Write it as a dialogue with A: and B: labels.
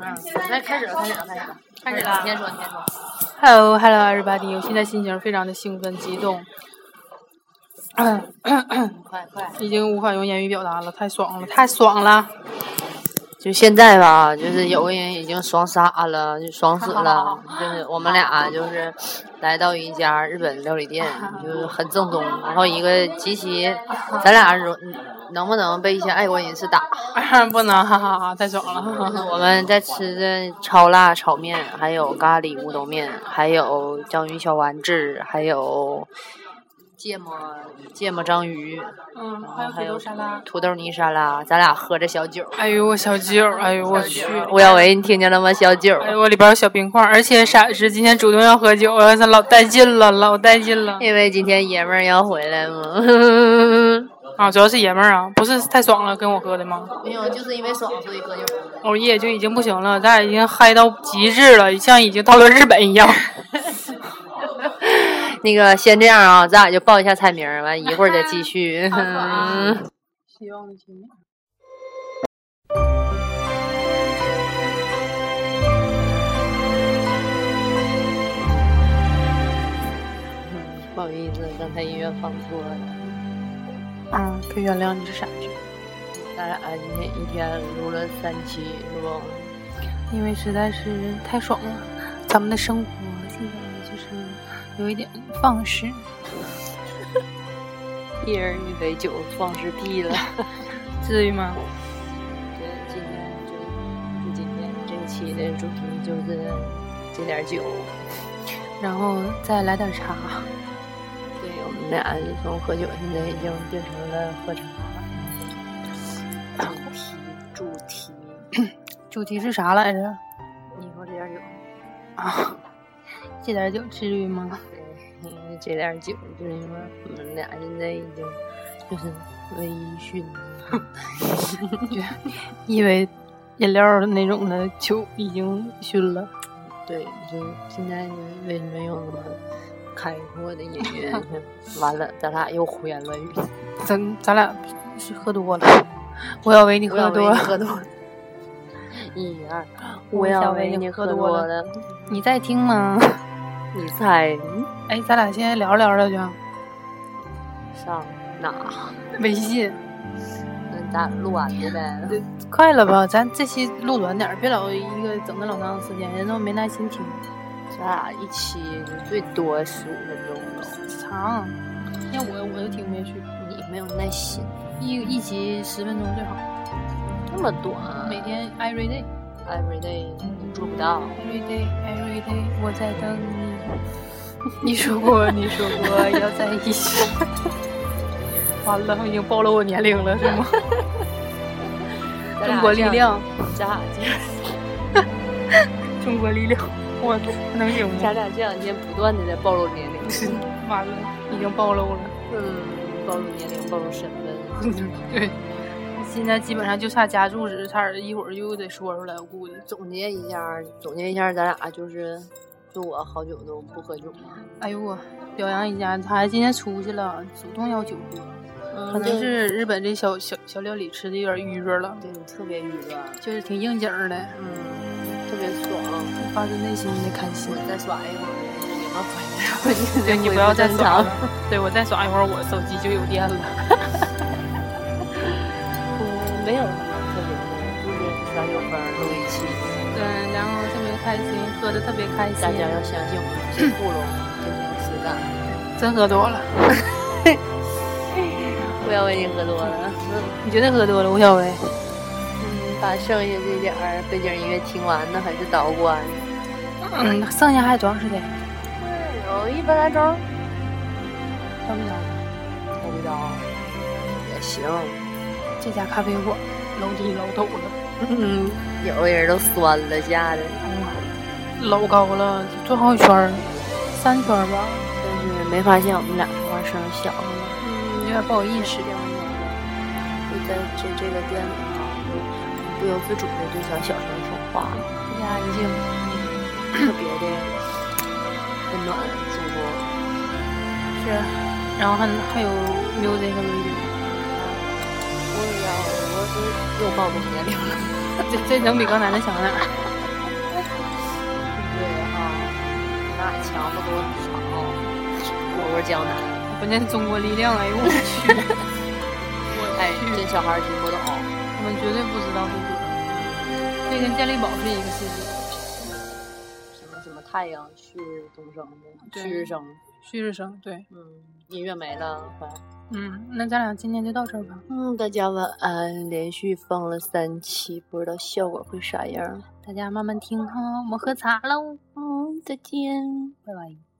A: 嗯，来开始了，开始了，开始了，开始了，你先说，你先说。
B: Hello, hello, everybody！我现在心情非常的兴奋、激动，
A: 快快，
B: 已经无法用言语表达了，太爽了，太爽了！
C: 就现在吧，就是有个人已经爽傻了，就爽死了。 就是我们俩就是来到一家日本料 理店，就是很正宗。然后一个极其，咱俩容能不能被一些爱国人士打？
B: 不能，哈哈哈，太爽了！哈哈
C: 我们在吃的超辣炒面，还有咖喱乌冬面，还有章鱼小丸子，还有芥末芥末章鱼，
B: 嗯，
C: 然后还有
B: 沙拉。
C: 土豆泥沙拉。咱俩喝着小酒，
B: 哎呦我小舅，哎呦我去，
C: 吴小维，啊你听见了吗？小酒。
B: 哎呦我里边有小冰块，而且傻子今天主动要喝酒，我操，老带劲了，老带劲了
C: 因为今天爷们儿要回来嘛，
B: 啊！主要是爷们儿啊，不是太爽了跟我喝的吗？
C: 没有，就是因为爽，所以喝酒。
B: 熬夜就已经不行了，咱俩已经嗨到极致了，像已经到了日本一样。
C: 那个先这样啊，咱俩就报一下菜名儿，完一会儿再继 续。嗯
B: 希望的新年。
C: 不好意思，刚才音乐放错了。
B: 嗯，可以原谅你是傻子，
C: 咱俩今天一天录了三期，是不？
B: 因为实在是太爽了。咱们的生活现在就是有一点放肆，
C: 一人一杯酒，放肆屁了。
B: 至于吗？
C: 这今天就就今天这一期的主题就是这点儿酒。
B: 然后再来点茶，
C: 对我们俩从喝酒现在已经变成了喝茶。主题主题，
B: 主题是啥来着？
C: 你说这点儿酒。
B: 啊，这点酒至于吗？
C: 因为这点儿酒，就是因为我们俩现在已经就是微醺，
B: 因为饮料那种的酒已经熏了。
C: 对，就是现在就是为什么有什么开阔的音乐？ 完了，咱俩又胡言乱语。
B: 咱咱俩是喝多了，我小维你
C: 我
B: 喝多
C: 了，
B: 了，
C: 喝多了。 一二，
B: 我以
C: 小
B: 为
C: 维
B: 你
C: 喝
B: 喝
C: 多
B: 多
C: 了，
B: 你在听吗？
C: 你猜
B: 哎，咱俩先聊聊聊就，
C: 上哪？
B: 微信。
C: 那咱录完了呗。
B: 快了吧？咱这期录短点儿，别老一个整那老长时间，人都没耐心听。
C: 咱俩一期最多十五分钟了，
B: 长，要我我就听不下去。
C: 你没有耐心，
B: 一一集十分钟最好，
C: 那么短
B: 每天 every day，every
C: ，every day 你做不到。
B: day，every day，我在等 你。你说过，你说过要在一起。 完了，已经暴露我年龄了，是吗？中国力量，
C: 咱俩这样，
B: 中国力量，我能行
C: 咱
B: 吗？
C: 俩这两天不断的在暴露年龄，
B: 完了，已经暴露了。
C: 嗯，暴露年龄，暴露身份。
B: 对，现在基本上就差加住址，差点一会儿就得说出来，我估计。
C: 总结一下，总结一下，咱俩就是，就我好久都不喝酒了，
B: 哎呦我表扬一下，他今天出去了，主动要酒喝，可能是日本这小小小料理吃的有点晕着了，
C: 对你特别愉悦，
B: 就是挺应景儿的，
C: 嗯，特别爽。
B: 发自内心的开心
C: 我。再耍一会 儿，你们回来，我
B: 对你不要再耍了，对我再耍一会儿，我手机就有电了。
C: 嗯，没有什么特别的，就是咱有分录一期，
B: 嗯，然后特别开心，喝的特别开心，
C: 大家要相信我们是库龙，真情实感。
B: 真喝多了，
C: 不要为你喝多了。
B: 你绝对喝多了，吴小维。
C: 嗯，把剩下这点儿背景音乐听完呢，还是倒关？
B: 嗯，剩下还有多长时间？
C: 有一百来钟，
B: 到不了，
C: 我不知道，也行。
B: 这家咖啡馆楼梯老陡了。
C: 嗯，有的人都酸了，吓的，
B: 老高了，转好几圈儿，三圈儿吧，
C: 但是没发现我们俩说话声小了。
B: 嗯，有点不好意思。
C: 两年了，就在这这个店里哈，就不由自主的就想小声说 话，
B: 压一静，
C: 特别的温暖舒服。
B: 是，然后还还有 music 和 radio，
C: 我也要，我又暴露年龄了。
B: 这这能比刚才那强点 儿。
C: 对啊，那也强不多少。我是江南，
B: 关键是中国力量，哎呦我去！
C: 哎，这小孩儿听不懂。
B: 我们 绝对不知道是什么，这跟健力宝是一个世界。
C: 什么什么太阳旭日东升的
B: 对
C: 旭日升，
B: 旭日升，对，
C: 嗯，音乐没了，拜。
B: 嗯，那咱俩今天就到这儿吧。
C: 嗯，大家晚安。连续放了三期，不知道效果会啥样。
B: 哦大家慢慢听哈，我们喝茶喽，
C: 嗯，再见。
B: 拜拜。